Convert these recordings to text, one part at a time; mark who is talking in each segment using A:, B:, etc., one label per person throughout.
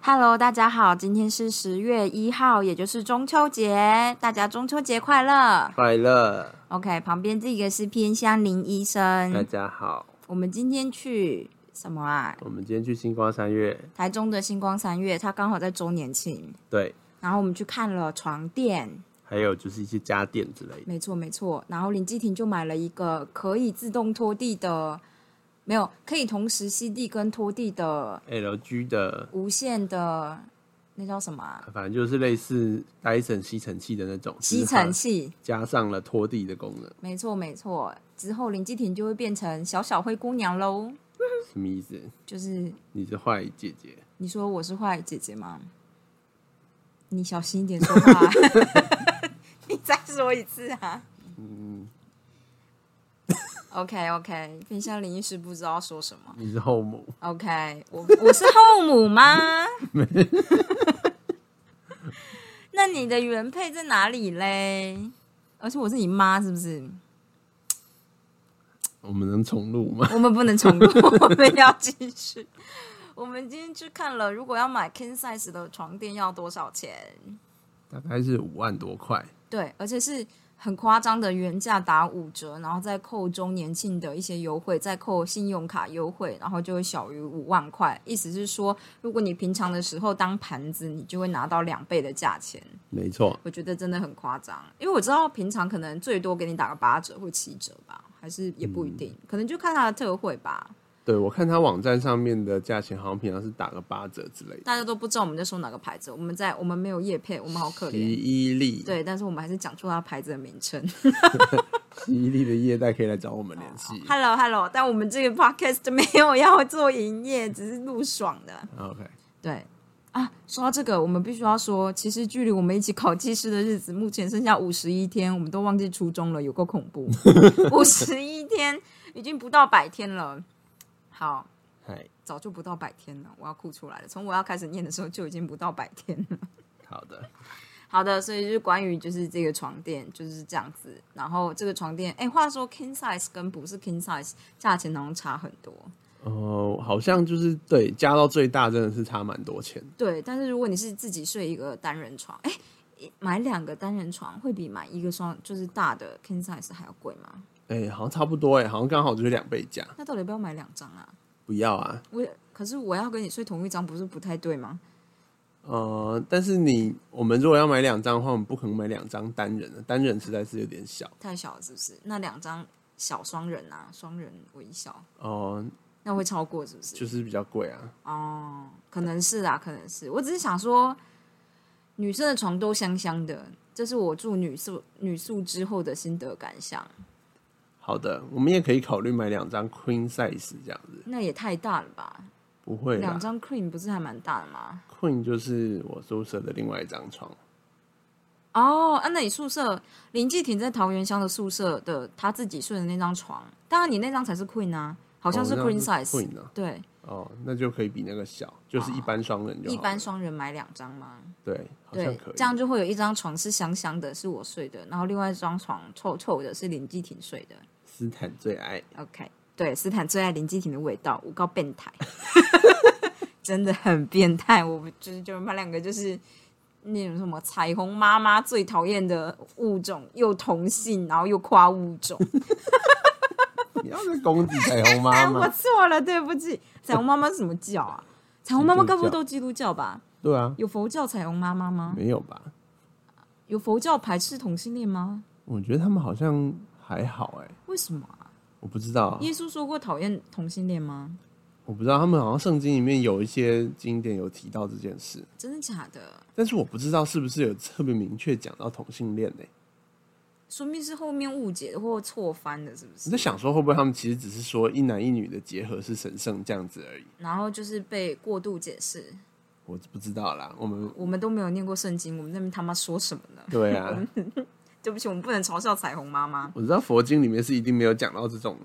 A: Hello，大家好，今天是十月一号，也就是中秋节，大家中秋节快乐。
B: 快乐，
A: OK，旁边这个是偏乡林医生。
B: 大家好，
A: 我们今天去什么啊？
B: 我们今天去星光三月，
A: 台中的星光三月，它刚好在周年庆，
B: 对，
A: 然后我们去看了床垫，
B: 还有就是一些家电之类的，
A: 没错没错。然后林继廷就买了一个可以自动拖地的，没有，可以同时吸地跟拖地的
B: LG 的，
A: 无线的，那叫什么啊、
B: 反正就是类似 Dyson 吸尘器的那种，
A: 吸尘器。
B: 加上了拖地的功能，
A: 没错没错，之后林继廷就会变成小小灰姑娘喽。
B: 什么意思？
A: 就是
B: 你是坏姐姐，
A: 你说我是坏姐姐吗？你小心一点说话。你再说一次啊
B: 嗯，
A: ！OK OK，冰箱林医师不知道说什么。
B: 你是后母，
A: OK，我我是后母吗？ 那你的原配在哪里嘞？而且我是你妈，是不是？
B: 我们能重录吗？
A: 我们不能重录，我们要继续。我们今天去看了，如果要买 king size 的床垫要多少钱？
B: 大概是五万多块，
A: 对，而且是很夸张的原价打五折，然后再扣周年庆的一些优惠，再扣信用卡优惠，然后就会小于五万块。意思是说，如果你平常的时候当盘子，你就会拿到两倍的价钱。
B: 没错，
A: 我觉得真的很夸张，因为我知道平常可能最多给你打个八折或七折吧，还是也不一定，可能就看它的特惠吧。
B: 对我看他网站上面的价钱，好像平常是打个八折之类的，
A: 大家都不知道我们在说哪个牌子，我们在我们没有业配，我们好可
B: 奇
A: 怜。
B: 异力，
A: 对，但是我们还是讲出它牌子的名称。
B: 奇异力的业代可以来找我们联系
A: Hello Hello，但我们这个 podcast 没有要做营业，只是录爽的。
B: ，OK，
A: 对啊，说到这个，我们必须要说，其实距离我们一起考技师的日子，目前剩下五十一天，我们都忘记初中了，有够恐 怖。五十一天已经不到百天了，好，
B: 嗨，
A: 早就不到百天了，我要哭出来了。从我要开始念的时候就已经不到百天了。
B: 好的，
A: 好的，所以就是关于就是这个床垫就是这样子，然后这个床垫，哎，话说 king size 跟不是 king size 价钱好像差很多，
B: 哦，好像就是对，加到最大真的是差蛮多钱。
A: 对，但是如果你是自己睡一个单人床，哎，一买两个单人床会比买一个双就是大的 king size 还要贵吗？
B: 哎、好像差不多哎、好像刚好就是两倍价。
A: 那到底要不要买两张啊？
B: 不要啊，
A: 我可是我要跟你睡同一张，不是不太对吗？
B: 呃，但是你我们如果要买两张的话，我们不可能买两张单人的，单人实在是有点小
A: 太小了是不是？那两张小双人啊，双人微小，
B: 哦、
A: 那会超过是不是？
B: 就是比较贵啊。
A: 哦，可能是啊，可能是。我只是想说，女生的床都香香的，这是我住女宿女宿之后的心得感想。
B: 好的，我们也可以考虑买两张 queen size 这样子，
A: 那也太大了吧？
B: 不会
A: 两
B: 啦
A: 张 queen 不是还蛮大的吗？
B: queen 就是我宿舍的另外一张床，
A: 哦，啊，那你宿舍林继廷在桃园乡的宿舍的他自己睡的那张床，当然你那张才是 queen 啊，好
B: 好
A: 像是 queen size，、
B: 哦 queen 啊，
A: 对，
B: 哦，那就可以比那个小，就是一般双人就好了
A: 一般双人买两张吗？
B: 对，好像
A: 对
B: 可以，
A: 这样就会有一张床是香香的，是我睡的，然后另外一张床臭臭的，是林继廷睡的。
B: 斯坦最爱，
A: OK，对，斯坦最爱林继廷的味道，我告变态， 真的很变态。我们就是就是他两个就是那种什么彩虹妈妈最讨厌的物种，又同性，然后又跨物 种。
B: 你要是攻击彩虹妈
A: 哎，我
B: 妈，
A: 错了，对不起。彩虹妈妈是什么教啊？彩虹妈妈该不会都基督教吧？
B: 对啊，
A: 有佛教彩虹妈妈吗？
B: 没有吧？
A: 有佛教排斥同性恋吗？
B: 我觉得他们好像还好哎、
A: 为什么啊？
B: 我不知道啊，
A: 耶稣说过讨厌同性恋吗？
B: 我不知道他们好像圣经里面有一些经典有提到这件事，
A: 真的假的？
B: 但是我不知道是不是有特别明确讲到同性恋呢、欸
A: 说明是后面误解或错翻的，是不
B: 我
A: 是？
B: 在想说，会不会他们其实只是说一男一女的结合是神圣这样子而已？
A: 然后就是被过度解释。
B: 我不知道啦，我们
A: 我们都没有念过圣经，我们那边他妈说什么呢？
B: 对啊，
A: 对不起，我们不能嘲笑彩虹妈妈。
B: 我知道佛经里面是一定没有讲到这种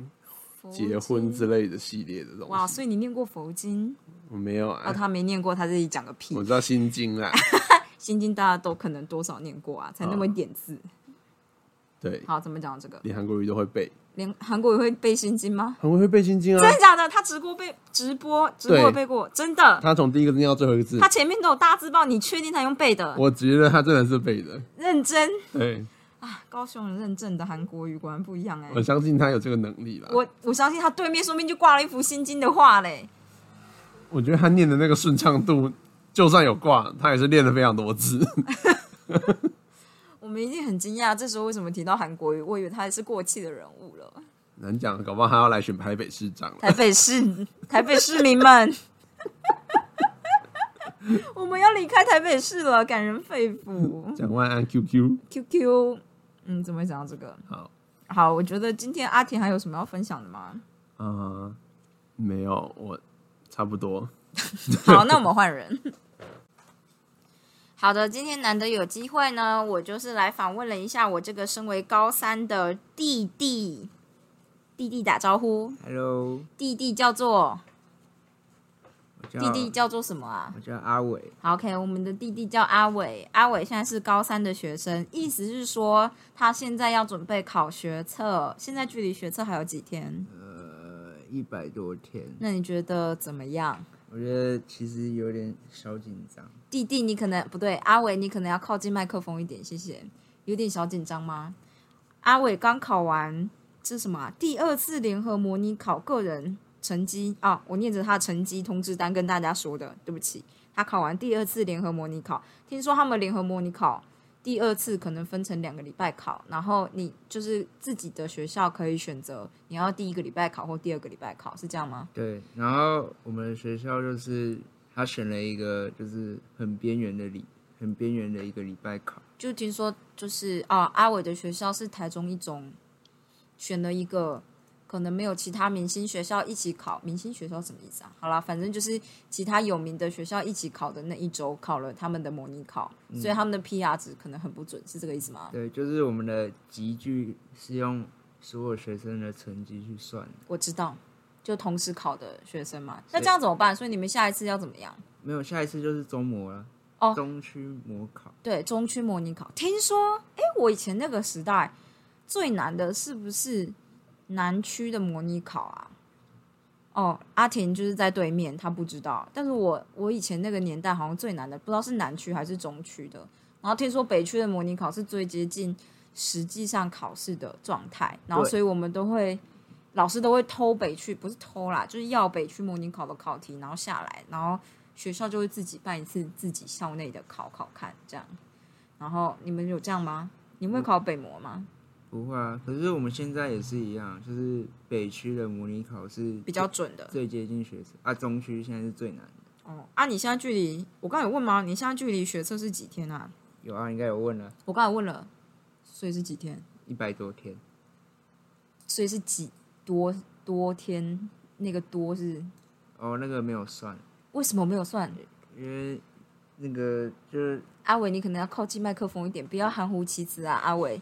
B: 结婚之
A: 类。
B: 类的系列的东
A: 哇，
B: 西，
A: 所以你念过佛经？
B: 我没有
A: 啊，
B: 啊，
A: 他没念过，他自己讲个屁
B: 我。知道 心经啦，啊
A: 心经大家都可能多少念过啊，才那么一点字。
B: 对，
A: 好，怎么讲这个？
B: 连韩国瑜都会背，
A: 连韩国也会背心经吗？
B: 韩国瑜会背心经啊
A: 真，的假的？他直播背直播直播有背过，真的。
B: 他从第一个字念到最后一个字
A: 他，前面都有大字报，你确定他用背的？
B: 我觉得他真的是背的。
A: 认真
B: 对，
A: 啊，高雄人认证的韩国语果然不一样哎、
B: 我相信他有这个能力啦。我
A: 我我相信他对面说不定就挂了一幅心经的画嘞。
B: 我觉得他念的那个顺畅度，就算有挂，他也是练了非常多次。
A: 我们一定很惊讶，这时候为什么提到韩国语？我以为他也是过气的人物了。
B: 难讲，搞不好他要来选台北市长了。
A: 台北市， 台北市民们， 我们要离开台北市了，感人肺腑。
B: 蒋万安 QQ，
A: QQ，嗯，怎么会讲到这个？
B: 好
A: 好，我觉得今天阿田还有什么要分享的吗？
B: 啊、没有，我差不多。
A: 好，那我们换人。 好的，今天难得有机会呢，我就是来访问了一下我这个身为高三的弟弟，弟弟打招呼，
C: Hello，
A: 弟弟叫做
C: 我叫
A: 弟弟叫做什么啊？
C: 我叫阿伟，
A: 好，OK，我们的弟弟叫阿伟，阿伟现在是高三的学生，意思是说他现在要准备考学测，现在距离学测还有几天？
C: 呃，一百多天，
A: 那你觉得怎么样？
C: 我觉得其实有点小紧张，
A: 弟弟，你可能不对，阿伟，你可能要靠近麦克风一点，谢谢。有点小紧张吗？阿伟刚考完这是什么啊、第二次联合模拟考个人成绩啊，我念着他的成绩通知单跟大家说的，对不起，他考完第二次联合模拟考，听说他们联合模拟考第二次可能分成两个礼拜考，然后你就是自己的学校可以选择你要第一个礼拜考或第二个礼拜考，是这样吗？
C: 对。然后我们学校就是他选了一个就是很边缘的礼，很边缘的一个礼拜考，
A: 就听说就是啊，阿伟的学校是台中一中，选了一个可能没有其他明星学校一起考，明星学校什么意思啊？好啦，反正就是其他有名的学校一起考的那一周考了他们的模拟考，所以他们的 PR 值可能很不准，是这个意思吗？
C: 对，就是我们的集聚是用所有学生的成绩去算的，
A: 我知道，就同时考的学生嘛，那这样怎么办？所以你们下一次要怎么样？
C: 没有下一次就是中模了，
A: 哦
C: 中区模考，
A: 对，中区模拟考，听说，哎，我以前那个时代最难的是不是南区的模拟考啊？哦，阿婷就是在对面，她不知道。但是我我以前那个年代好像最难的，不知道是南区还是中区的。然后听说北区的模拟考是最接近实际上考试的状态，然后
C: 对
A: 所以我们都会老师都会偷北区，不是偷啦，就是要北区模拟考的考题，然后下来，然后学校就会自己办一次自己校内的考考看这样。然后你们有这样吗？你们会考北模吗？
C: 不会啊。可是我们现在也是一样，就是北区的模拟考是
A: 比较准的。
C: 最接近学生啊，中区现在是最难的。
A: 哦，啊，你现在距离我刚才有问吗？你现在距离学测是几天啊？
C: 有啊，应该有问了，
A: 我刚才问了，所以是几天？
C: 一百多天，
A: 所以是几多多天？那个多是
C: 哦，那个没有算，
A: 为什么没有算？
C: 因为那个就是
A: 阿伟，你可能要靠近麦克风一点，不要含糊其辞啊，阿伟。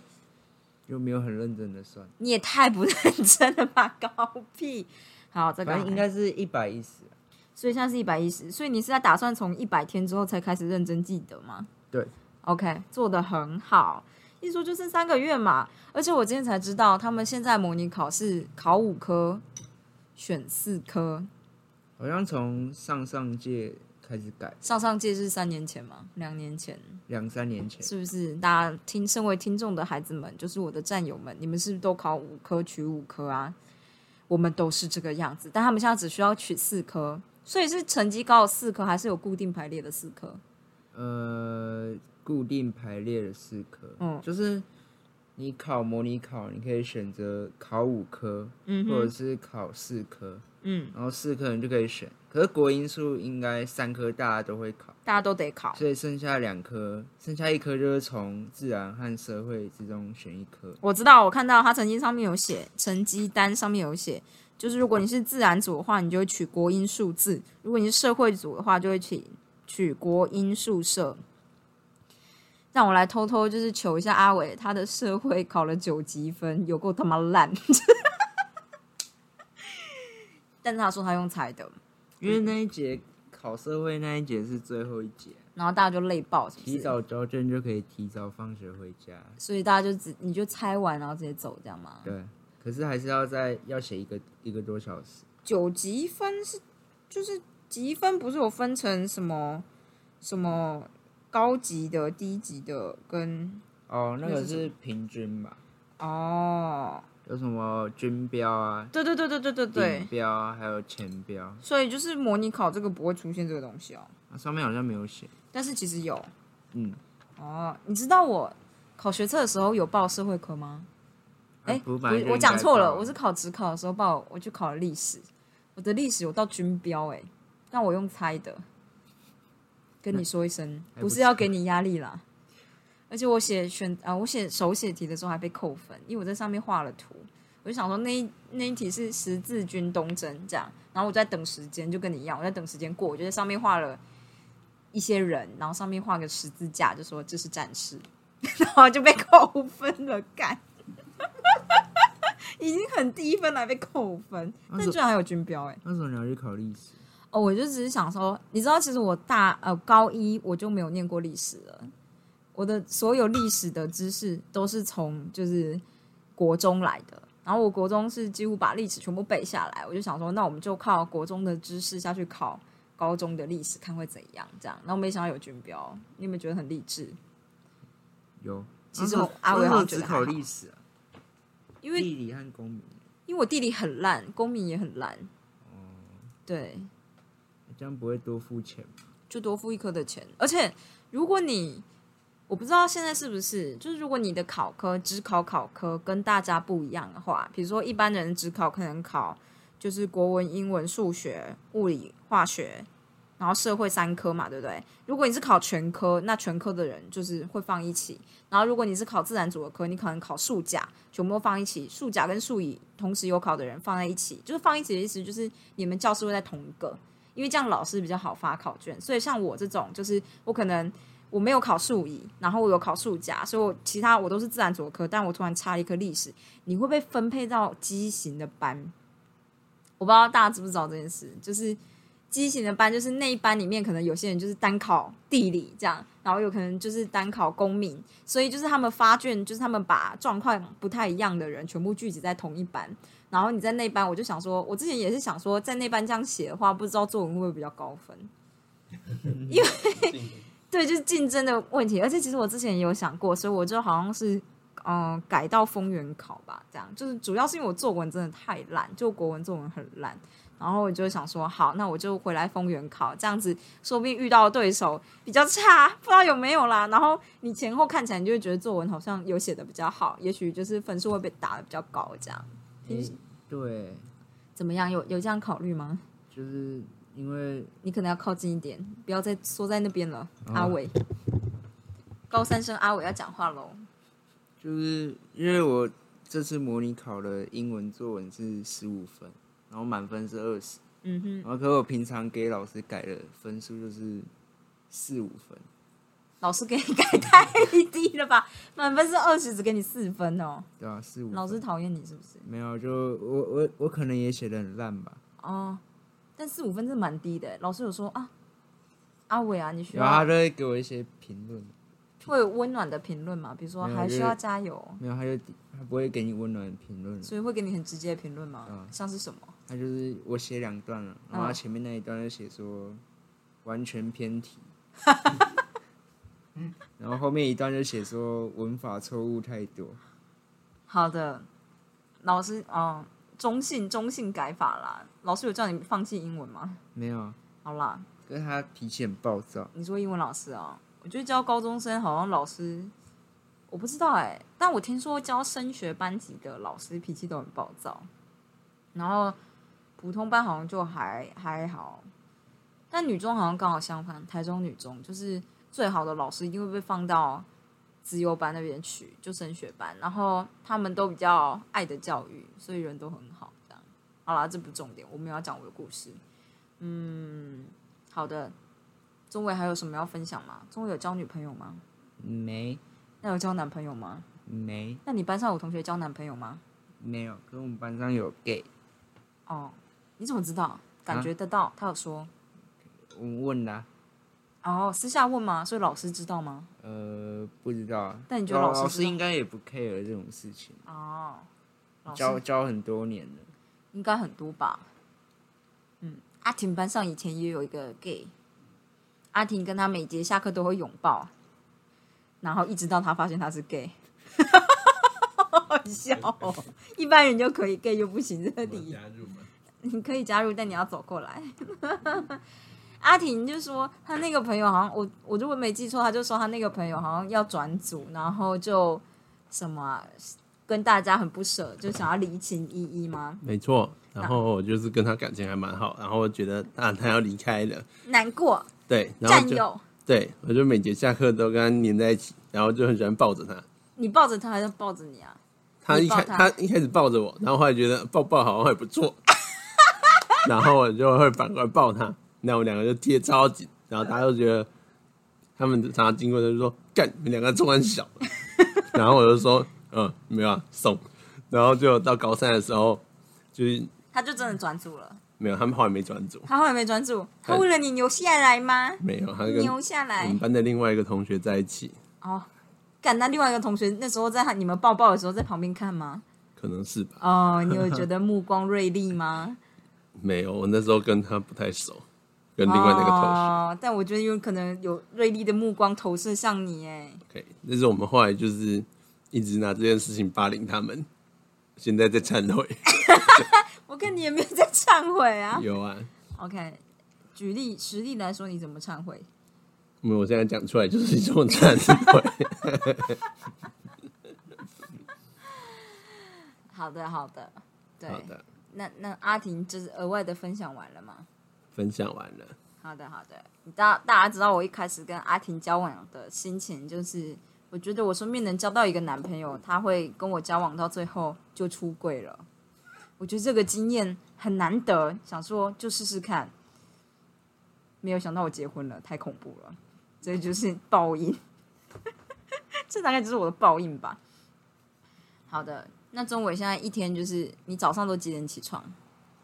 C: 就没有很认真的算，
A: 你也太不认真了吧， 高屁！好，这
C: 反
A: 个
C: 正应，该是一百一十。啊
A: 所以现在是一百一十，所以你是在打算从一百天之后才开始认真记得吗？
C: 对
A: ，OK，做的很好。一说就剩三个月嘛，而且我今天才知道，他们现在模拟考试考五科，选四科。
C: 好像从上上届开始改，
A: 上上届是三年前吗？两年前
C: 两三年前，
A: 是不是？大家听，身为听众的孩子们，就是我的战友们，你们是不是都考五科取五科啊？我们都是这个样子，但他们现在只需要取四科，所以是成绩高的四科，还是有固定排列的四科？
C: 呃，固定排列的四科，
A: 嗯
C: 就是你考模拟考，你可以选择考五科，
A: 嗯
C: 或者
A: 哼，
C: 是考四科，
A: 嗯，
C: 然后四科你就可以选。可是国英数应该三科大家都会考。
A: 大家都得考。
C: 所以剩下两科，剩下一科就是从自然和社会之中选一科。
A: 我知道，我看到他成绩上面有写，成绩单上面有写，就是如果你是自然组的话，你就会取国英数字；如果你是社会组的话，就会取取国英数社。让我来偷偷就是求一下阿伟，他的社会考了九级分，有够他妈烂。 但是他说他用猜的，
C: 因为那一节考社会那一节是最后一节，
A: 然后大家就累爆，是不
C: 提
A: 是？
C: 早交卷就可以提早放学回家。
A: 所以大家就只你就拆完然后直接走，这样吗？
C: 对，可是还是要在要写一个一个多小时。
A: 九级分是就是级分不是有分成什么什么高级的、低级的跟
C: 哦，那
A: 那
C: 个
A: 是什
C: 是平均吧？
A: 哦，
C: 有什么均标啊、
A: 对对对对对对
C: 顶
A: 对，
C: 标啊，还有前标，
A: 嗯所以就是模拟考这个不会出现这个东西哦，
C: 啊上面好像没有写。
A: 但是其实有
C: 嗯，
A: 哦，你知道我考学测的时候有报社会科吗？哎、
C: 啊不本来就应
A: 我
C: 该
A: 我讲错了，
C: 报
A: 我是考职考的时候报，我去考了历史，我的历史有到军标哎、那我用猜的，跟你说一声，
C: 还不
A: 不是要给你压力啦。而且我写选啊、我写手写题的时候还被扣分，因为我在上面画了图，我就想说那一那一题是十字军东征这样，然后我在等时间，就跟你一样，我在等时间过，我就在上面画了一些人，然后上面画个十字架，就说这是战士， 然后就被扣分了，干。已经很低分了，还被扣分，
C: 那
A: 但
C: 是
A: 居然还有军标哎、
C: 那时候你要去考历史，
A: 哦，我就只是想说，你知道，其实我大呃高一我就没有念过历史了，我的所有历史的知识都是从就是国中来的。然后我国中是几乎把历史全部背下来，我就想说，那我们就靠国中的知识下去考高中的历史，看会怎样这样。然后没想到有军标，你有没有觉得很励志？
C: 有。
A: 其实
C: 那时候
A: 我阿伟
C: 那时候
A: 好像觉
C: 只
A: 得还
C: 考
A: 好
C: 历史啊，
A: 因为
C: 地理和公民，
A: 因为我地理很烂，公民也很烂，嗯对，
C: 这样不会多付钱吗？
A: 就多付一科的钱。而且如果你我不知道现在是不是，就是如果你的考科只考考科跟大家不一样的话，比如说一般人只考可能考就是国文、英文、数学、物理、化学，然后社会三科嘛，对不对？如果你是考全科，那全科的人就是会放一起；然后如果你是考自然组的科，你可能考数甲，全部都放一起，数甲跟数乙同时有考的人放在一起，就是放一起的意思就是你们教室会在同一个，因为这样老师比较好发考卷。所以像我这种，就是我可能我没有考数乙，然后我有考数甲，所以我其他我都是自然组的科，但我突然差了一科历史，你会被分配到畸形的班。我不知道大家知不知道这件事，就是畸形的班，就是那一班里面可能有些人就是单考地理这样，然后有可能就是单考公民，所以就是他们发卷，就是他们把状况不太一样的人全部聚集在同一班，然后你在那班，我就想说，我之前也是想说，在那班这样写的话，不知道作文会不会比较高分。 对，就是竞争的问题。而且其实我之前也有想过，所以我就好像是嗯、呃改到丰原考吧，这样就是主要是因为我作文真的太烂，就国文作文很烂，然后我就想说，好，那我就回来丰原考，这样子说不定遇到的对手比较差，不知道有没有啦。然后你前后看起来，你就会觉得作文好像有写的比较好，也许就是分数会被打的比较高，这样
C: 诶对，
A: 怎么样？有有这样考虑吗？
C: 就是因为
A: 你可能要靠近一点，不要再缩在那边了。
C: 哦
A: 阿伟，高三生阿伟要讲话喽。
C: 就是因为我这次模拟考的英文作文是十五分，然后满分是二十，
A: 嗯哼，
C: 然后可我平常给老师改的分数就是四五分，
A: 老师给你改太低了吧？ 满分是二十，只给你四分哦。
C: 对啊，四五。
A: 老师讨厌你是不是？
C: 没有，就我我我可能也写的很烂吧，
A: 哦，但四五分是蛮低的。老师有说啊，阿伟啊，你需
C: 然后他
A: 要
C: 就会给我一些评论，
A: 会有温暖的评论嘛？比如说
C: 没有
A: 还
C: 就是
A: 需要加油，
C: 没有，他就他不会给你温暖的评论，
A: 所以会给你很直接的评论吗？
C: 嗯
A: 像是什么？
C: 他就是我写两段了，然后
A: 嗯
C: 他前面那一段就写说完全 偏题，然后后面一段就写说文法错误太多，
A: 好的，老师哦，中性中性改法啦。老师有叫你放弃英文吗？
C: 没有啊，
A: 好啦，
C: 可是他脾气很暴躁，
A: 你说英文老师哦，我觉得教高中生好像老师，我不知道哎、但我听说教升学班级的老师脾气都很暴躁，然后普通班好像就还还好，但女中好像刚好相反，台中女中就是最好的老师一定会被放到资优班那边去，就升学班，然后他们都比较爱的教育，所以人都很好。这样，好啦，这不重点，我们要讲我的故事。嗯，好的，钟伟还有什么要分享吗？钟伟有交女朋友吗？
C: 没
A: 那有交男朋友吗？
C: 没
A: 那你班上有同学交男朋友吗？
C: 没有，可是我们班上有 gay，
A: 哦，你怎么知道？感觉得到，他有说。
C: 我问啦、
A: 哦，私下问吗？所以老师知道吗？
C: 呃，不知道啊。
A: 但你觉得老师
C: 老
A: 知
C: 师
A: 道
C: 应该也不 care 这种事情，
A: 哦，老
C: 教
A: 师
C: 教很多年了。
A: 应该很多吧。嗯，阿婷班上以前也有一个 gay，阿婷跟他每节下课都会拥抱，然后一直到他发现他是 gay。好笑、哦，一般人就可以 gay 就不行，这个理由。
D: 加入吗？
A: 你可以加入，但你要走过来。 阿婷就说，她那个朋友好像我我如果没记错，她就说她那个朋友好像要转组，然后就什么啊、跟大家很不舍，就想要离情依依吗？
B: 没错。然后我就是跟他感情还蛮好，然后我觉得啊，他要离开了，
A: 难过，
B: 对，然后
A: 占
B: 就
A: 有，
B: 对我就每节下课都跟他黏在一起，然后就很喜欢抱着他。
A: 你抱着他还是抱着你啊？
B: 他
A: 你
B: 一
A: 抱
B: 开
A: 他
B: 他一开始抱着我，然后后来觉得抱抱好像还 不错，然后我就会反过来抱他，那我们两个就贴超紧，然后大家都觉得他们常常经过就说干你们两个中很小， 然后我就说嗯没有啊送，然后就到高三的时候就是
A: 他就真的专注了，
B: 没有，他们后来没转组，
A: 他后来没专注，
B: 哎
A: 他为了你留下来吗？
B: 没有他跟
A: 留
B: 我
A: 下来
B: 们班的另外一个同学在一起，
A: 哦。干，那另外一个同学那时候在他你们抱抱的时候在旁边看吗？
B: 可能是吧，
A: 哦，你有觉得目光锐利吗？
B: 没有，我那时候跟他不太熟，跟另外那个同学。
A: 哦，但我觉得有可能有锐利的目光投射向你，哎，
B: OK，但是我们后来就是一直拿这件事情霸凌他们，现在在忏悔。
A: 我看你也没有在忏悔啊。
B: 有啊，
A: OK，举例实例来说，你怎么忏悔？
B: 因为我现在讲出来就是一种忏悔。
A: 好的，好的， 对。
B: 好的，
A: 那那阿婷就是额外的分享完了吗？
B: 分享完了，
A: 好的，好的。你大大家知道我一开始跟阿婷交往的心情，就是我觉得我身边能交到一个男朋友，他会跟我交往到最后就出柜了。我觉得这个经验很难得，想说就试试看。没有想到我结婚了，太恐怖了，这就是报应。 这大概就是我的报应吧。好的，那中伟现在一天就是你早上都几点起床？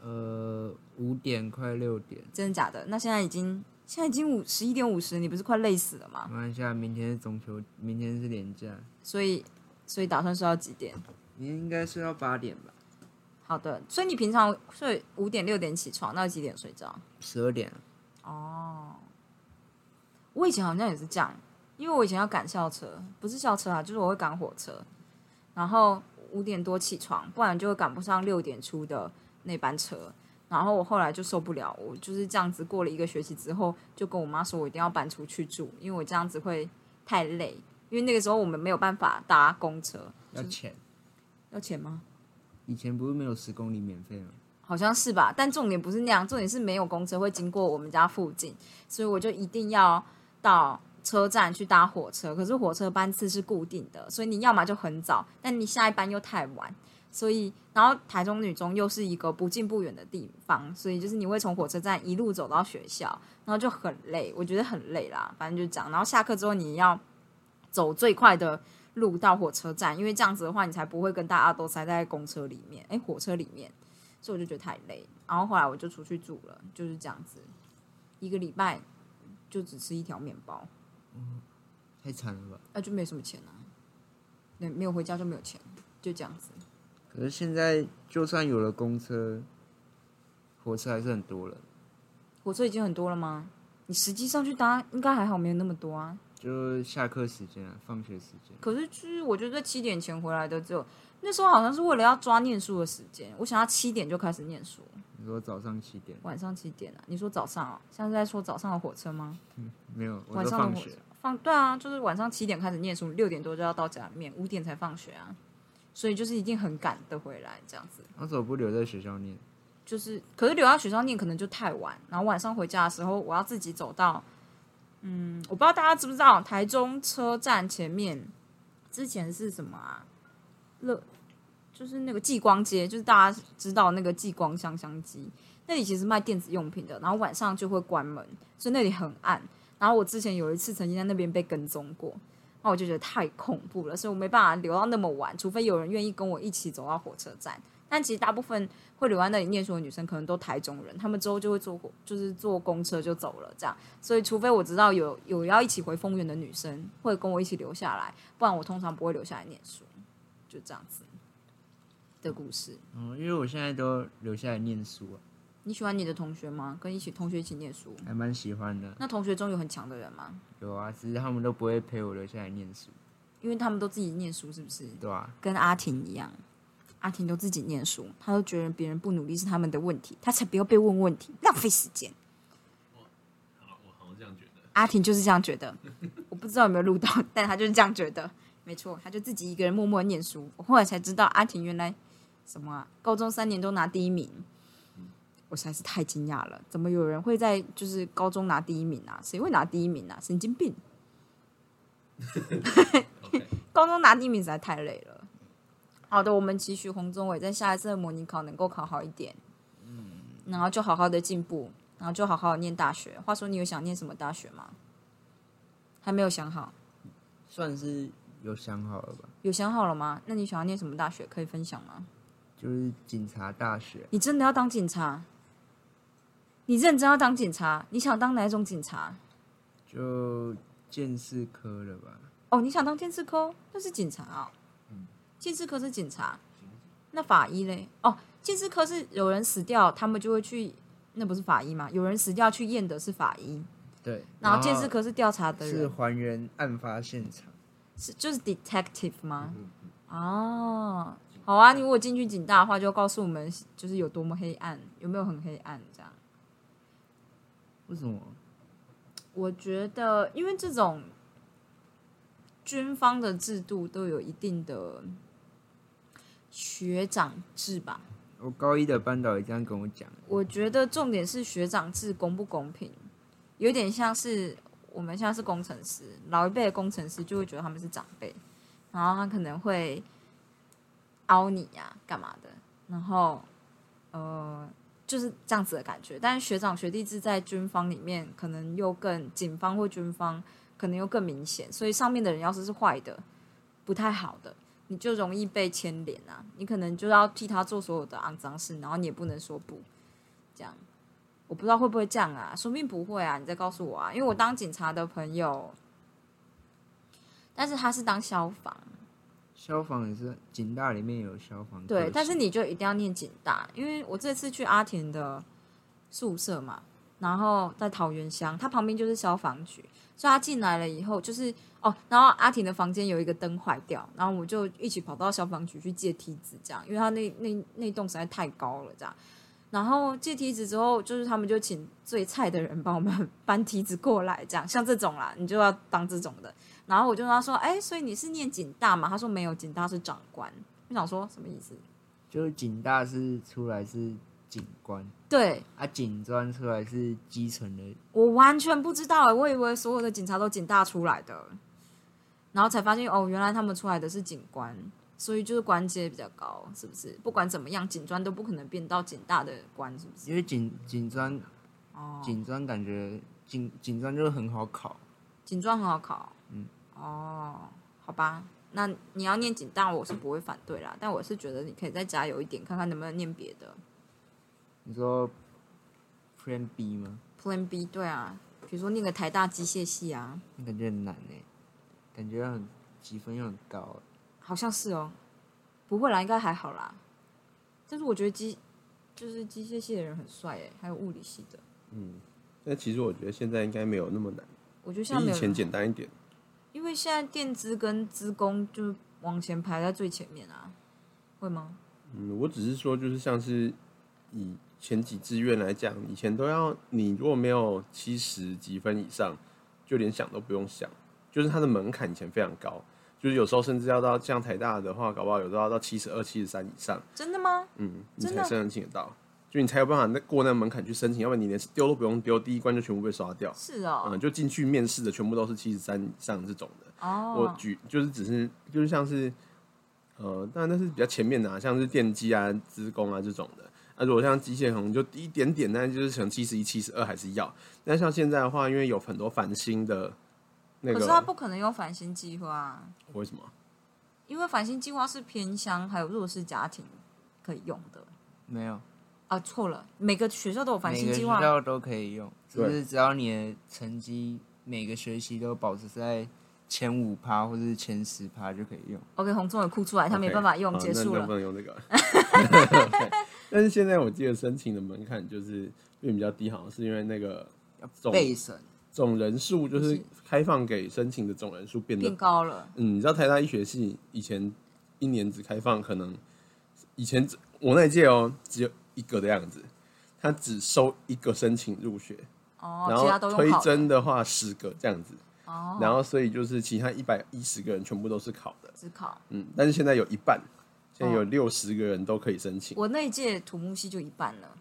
C: 呃，五点快六点，
A: 真的假的？那现在已经现在已经五十一点五十，你不是快累死了吗
C: 我？看一下，啊明天是中秋，明天是连假，
A: 所以所以打算睡到几点？
C: 明天应该睡到八点吧，
A: 好的，所以你平常睡五点六点起床，那几点睡觉？
C: 十二点啊。
A: 哦，我以前好像也是这样，因为我以前要赶校车，不是校车啊，就是我会赶火车，然后五点多起床，不然就会赶不上六点出的那班车。然后我后来就受不了，我就是这样子过了一个学期之后，就跟我妈说我一定要搬出去住，因为我这样子会太累，因为那个时候我们没有办法搭公车，
C: 要钱。
A: 要钱吗？
C: 以前不是没有十公里免费吗？
A: 好像是吧，但重点不是那样，重点是没有公车会经过我们家附近，所以我就一定要到车站去搭火车。可是火车班次是固定的，所以你要么就很早，但你下一班又太晚。所以，然后台中女中又是一个不近不远的地方，所以就是你会从火车站一路走到学校，然后就很累，我觉得很累啦，反正就这样。然后下课之后你要走最快的路到火车站，因为这样子的话你才不会跟大家都塞在公车里面，诶，火车里面。所以我就觉得太累。然后后来我就出去住了，就是这样子，一个礼拜就只吃一条面包，
C: 太惨了吧！
A: 那、就没什么钱啊。对，没有回家就没有钱，就这样子。
C: 可是现在就算有了公车，火车还是很多人，
A: 火车已经很多了吗？你实际上去搭应该还好，没有那么多啊。
C: 就下课时间啊，放学时间。
A: 可是就是我觉得七点前回来的只有那时候好像是为了要抓念书的时间，我想要七点就开始念书，
C: 你说早上七点
A: 晚上几点啊？你说早上啊？现在是在说早上的火车吗？
C: 没有？我
A: 晚
C: 说
A: 上的
C: 放
A: 火
C: 学
A: 车，放对啊，就是晚上七点开始念书，六点多就要到家里面，五点才放学啊，所以就是一定很赶的回来这样子。
C: 那时候不留在学校念，
A: 就是可是留在学校念可能就太晚，然后晚上回家的时候我要自己走到，嗯，我不知道大家知不知道台中车站前面之前是什么啊？乐就是那个继光街，就是大家知道那个继光香香鸡，那里其实卖电子用品的，然后晚上就会关门，所以那里很暗。然后我之前有一次曾经在那边被跟踪过，那我就觉得太恐怖了，所以我没办法留到那么晚，除非有人愿意跟我一起走到火车站。但其实大部分会留在那里念书的女生，可能都台中人，她们之后就会坐过，就是坐公车就走了这样。所以，除非我知道有有要一起回丰原的女生会跟我一起留下来，不然我通常不会留下来念书。就这样子的故事。
C: 哦，因为我现在都留下来念书、啊，
A: 你喜欢你的同学吗？跟一起同学一起念书？
C: 还蛮喜欢的。
A: 那同学中有很强的人吗？
C: 有啊，只是他们都不会陪我留下来念书，
A: 因为他们都自己念书，是不是？
C: 对啊吧、
A: 跟阿婷一样，阿婷都自己念书，她都觉得别人不努力是他们的问题，她才不要被问问题，浪费时间。
B: 我好像这样觉得。
A: 阿婷就是这样觉得，我不知道有没有录到，但她就是这样觉得，没错，她就自己一个人默默念书。我后来才知道，阿婷原来什么、啊，高中三年都拿第一名，我实在是太惊讶了，怎么有人会在就是高中拿第一名啊？谁会拿第一名啊？神经 病！
B: OK，
A: 高中拿第一名实在太累了。好的，我们期许洪宗伟在下一次的模拟考能够考好一点，嗯，然后就好好的进步，然后就好好的念大学。话说，你有想念什么大学吗？还没有想好，
C: 算是有想好了吧，
A: 有想好了吗？那你想要念什么大学？可以分享吗？
C: 就是警察大学，
A: 你真的要当警察？你认真要当警察？你想当哪一种警察？
C: 就建士科了吧，
A: 哦，你想当监视科？那是警察哦。监视科是警察，那法医嘞？哦，监视科是有人死掉，他们就会去，那不是法医吗？有人死掉去验的是法医，
C: 对，
A: 然后监视科是调查的
C: 是
A: 人，
C: 还原案发现场，
A: 是就是 detective 吗？哦，好啊，你如果进去警大的话，就告诉我们就是有多么黑暗，有没有很黑暗这样。
C: 为什么？
A: 我觉得，因为这种军方的制度都有一定的学长制吧。
C: 我高一的班导也这样跟我讲，
A: 我觉得重点是学长制公不公平，有点像是我们像是工程师，老一辈的工程师就会觉得他们是长辈，然后他可能会呃凹你呀、干嘛的，然后呃就是这样子的感觉。但是学长学弟制在军方里面可能又更警方或军方可能又更明显，所以上面的人要是是坏的，不太好的。你就容易被牵连啊！你可能就要替他做所有的肮脏事，然后你也不能说不。这样，我不知道会不会这样啊，说不定不会啊，你再告诉我啊，因为我当警察的朋友，但是他是当消防，
C: 消防也是警大里面有消防科
A: 对
C: 室，
A: 但是你就一定要念警大，因为我这次去阿田的宿舍嘛，然后在桃园乡，它旁边就是消防局，所以他进来了以后就是哦，然后阿婷的房间有一个灯坏掉，然后我就一起跑到消防局去借梯子，这样，因为他那那那栋实在太高了，这样。然后借梯子之后，就是他们就请最菜的人帮我们搬梯子过来，这样像这种啦，你就要当这种的。然后我就跟他说：“哎，所以你是念警大吗？”他说：“没有，警大是长官。”我想说什么意思？
C: 就是警大是出来是警官，
A: 对
C: 啊，警专出来是基层的，
A: 我完全不知道哎、我以为所有的警察都警大出来的，然后才发现哦，原来他们出来的是警官，所以就是官阶比较高，是不是？不管怎么样，警专都不可能变到警大的官，是不是？
C: 因为警警专
A: 哦，
C: 警专感觉警警专就是很好考，
A: 警专很好考，嗯，哦，好吧，那你要念警大，我是不会反对啦，但我是觉得你可以再加油一点，看看能不能念别的。
C: 你说 Plan B 吗？
A: Plan B，对啊，比如说念个台大机械系啊，
C: 那感觉很难哎、感觉很积分又很高欸、
A: 好像是哦，不会啦，应该还好啦。但是我觉得机就是机械系的人很帅诶，还有物理系的，
B: 但其实我觉得现在应该没有那么难，
A: 我觉得现在
B: 比
A: 没
B: 以
A: 有
B: 前
A: 人，
B: 简单一点。
A: 因为现在电资跟资工就往前排在最前面啊，会吗？
B: 嗯，我只是说，就是像是以前几志愿来讲，以前都要你如果没有七十几分以上，就连想都不用想，就是它的门槛以前非常高，就是有时候甚至要到像台大的话，搞不好有时候要到七十二、七十三以上，
A: 真的吗？
B: 嗯，你
A: 真
B: 才
A: 的
B: 申请得到，就你才有办法那过那个门槛去申请，要不然你连丢都不用丢，第一关就全部被刷掉，
A: 是哦，
B: 嗯，就进去面试的全部都是七十三以上这种的。我
A: 哦，
B: 举就是只是就是像是，呃，当然那是比较前面的、啊，像是电机啊、资工啊这种的。那、如果像机械，可能就低一点点，但就是可能七十一、七十二还是要。但像现在的话，因为有很多繁星的那
A: 可是他
B: 个，
A: 不可能用繁星计划啊，
B: 为什么？
A: 因为繁星计划是偏乡还有弱势家庭可以用的。
C: 没有，
A: 啊，错了，每个学校都有繁
C: 每
A: 星
C: 个学
A: 计划。
C: 校都可以用，只
B: 对
C: 是只要你的成绩每个学期都保持在前五趴或者是前十趴就可以用。
A: OK，红中也哭出来，他没
B: OK，
A: 办法用，
B: 好
A: 结束
B: 那
A: 了
B: 能不。能用这个？ 但是现在我记得申请的门槛就是因为比较低，好像是因为那个总
C: 备审
B: 总人数就
A: 不
B: 是
A: 是
B: 开放给申请的总人数变得
A: 变高了，
B: 嗯，你知道台大医学系以前一年只开放可能以前只我那一届哦，只有一个的样子，他只收一个申请入学，
A: 哦，
B: 然
A: 其他都
B: 后
A: 用
B: 推
A: 好
B: 甄
A: 了，
B: 的话十个这样子，
A: 哦，
B: 然后所以就是其他一百一十个人全部都是考的，
A: 只考。
B: 嗯，但是现在有一半，现在有
A: 哦
B: 六十个人都可以申请，
A: 我那一届土木系就一半了，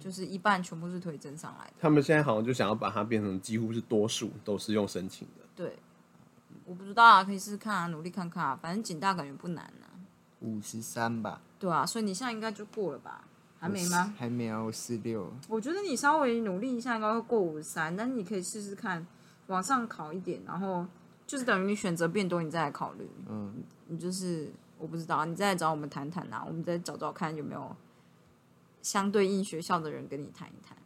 A: 就是一半全部是推甄上来的。
B: 他们现在好像就想要把它变成几乎是多数都是用申请的，
A: 对，我不知道啊，可以试试看啊，努力看看啊，反正景大感觉不难呢、
C: 五十三吧，
A: 对啊，所以你现在应该就过了吧？还没吗？
C: 还没有四六，
A: 我觉得你稍微努力一下，应该会过五三，但是你可以试试看往上考一点，然后就是等于你选择变多，你再来考虑。
C: 嗯，
A: 你就是我不知道，你再来找我们谈谈啊，我们再找找看有没有相对应学校的人跟你谈一谈。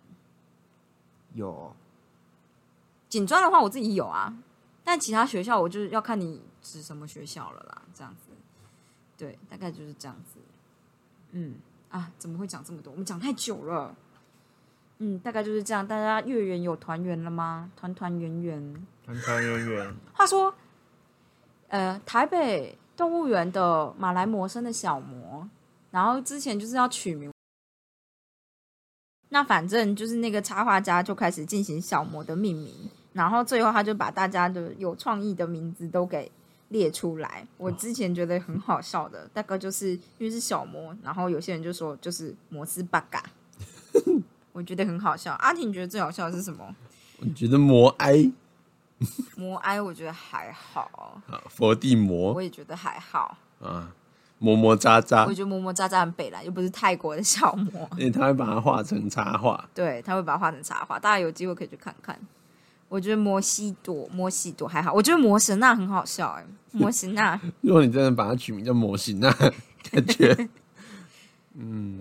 C: 有
A: 警专的话，我自己有啊，但其他学校我就是要看你指什么学校了啦，这样子。对，大概就是这样子。嗯，啊，怎么会讲这么多？我们讲太久了。嗯，大概就是这样。大家月圆有团圆了吗？团团圆圆。
C: 团团圆圆，
A: 话说，呃，台北动物园的马来貘生的小魔，然后之前就是要取名，那反正就是那个插画家就开始进行小魔的命名，然后最后他就把大家的有创意的名字都给列出来。我之前觉得很好笑的，大概就是因为是小魔，然后有些人就说就是摩斯巴嘎，我觉得很好笑。阿婷觉得最好笑的是什么？
B: 我觉得摩埃
A: 摩埃我觉得还好。
B: 啊，佛地魔
A: 我也觉得还好。
B: 啊，磨磨渣渣
A: 我，觉得么么喳喳很北蓝，又不是泰国的小魔，
B: 因为他会把它画成插画。
A: 对他会把它画成插画，大家有机会可以去看看。我觉得摩西朵，摩西朵还好，我觉得摩神娜很好笑哎、摩神娜，
B: 如果你真的把它取名叫啊模 型，那感觉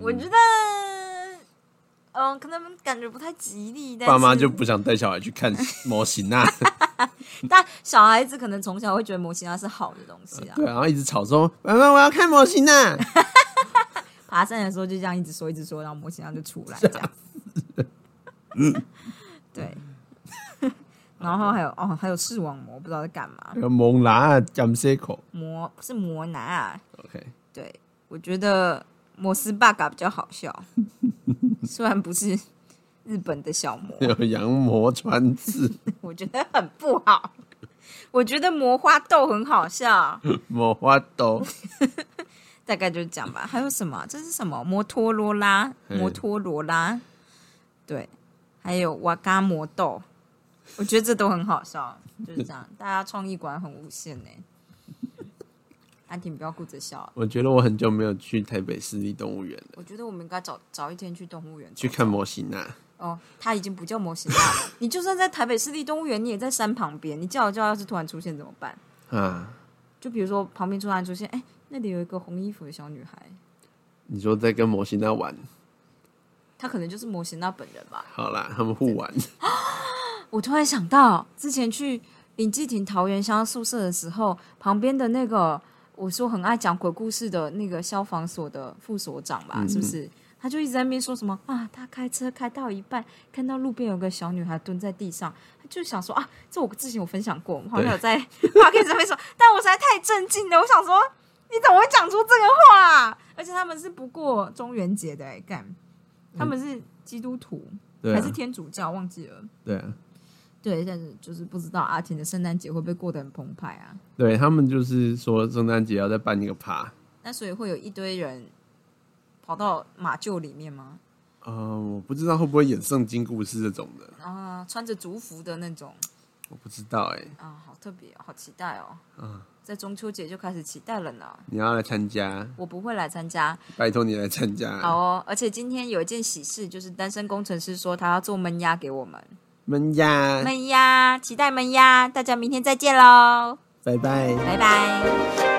A: 我觉得，嗯，可能感觉不太吉利，但是
B: 爸妈就不想带小孩去看模型 啊。
A: 但小孩子可能从小会觉得摩西娜是好的东西啊。
B: 对，然后一直吵说：“妈妈，我要看模型啊
A: 爬山的时候就这样一直说一直说，然后模型啊上就出来这样。对，然后还有哦，还有视网膜，不知道在干嘛！”。
B: 有蒙拉甘塞口。
A: 摩是摩拿啊，
B: OK，
A: 对我觉得摩斯 bug 比较好笑，虽然不是日本的小魔，
B: 有羊膜穿刺，
A: 我觉得很不好。 我觉得魔花豆很好笑，
B: 魔花豆，
A: 大概就讲吧。还有什么？这是什么？摩托罗拉，
B: 嗯
A: 摩托罗拉，对，还有瓦嘎魔豆，我觉得这都很好笑，就是这样。大家创意果然很无限呢、安婷不要顾着笑，
B: 我觉得我很久没有去台北市立动物园了，
A: 我觉得我们应该早早一天去动物园走
B: 去看模型啊。
A: 哦，它已经不叫模型大了。你就算在台北市立动物园，你也在山旁边，你叫一叫，要是突然出现怎么办？
B: 啊，
A: 就比如说旁边突然出现，哎、那里有一个红衣服的小女孩，
B: 你说在跟模型那玩，
A: 她可能就是模型那本人吧。
B: 好啦，他们互玩，
A: 我突然想到，之前去林继廷桃园乡宿舍的时候，旁边的那个我说很爱讲鬼故事的那个消防所的副所长吧，
B: 嗯
A: 是不是？他就一直在那边说什么啊，他开车开到一半，看到路边有个小女孩蹲在地上，他就想说啊，这我之前有分享过，我们好像有在 话可以这边说，但我实在太震惊了，我想说你怎么会讲出这个话、啊？而且他们是不过中元节的、欸，干，他们是基督徒、
B: 嗯对
A: 还是
B: 啊，
A: 天主教，忘记了。
B: 对啊，
A: 对，但是就是不知道阿婷的圣诞节会不会过得很澎湃啊？
B: 对他们就是说圣诞节要再办一个趴，
A: 那所以会有一堆人跑到马厩里面吗？
B: 呃，我不知道会不会演圣经故事这种的，
A: 啊、穿着族服的那种
B: 我不知道哎、
A: 啊、好特别哦、好期待哦！在中秋节就开始期待了呢。
B: 你要来参加，
A: 我不会来参加，
B: 拜托你来参加。
A: 好哦。而且今天有一件喜事，就是单身工程师说他要做焖鸭给我们，
B: 们呀，
A: 焖鸭，期待焖鸭。大家明天再见喽，
B: 拜拜。
A: 拜拜。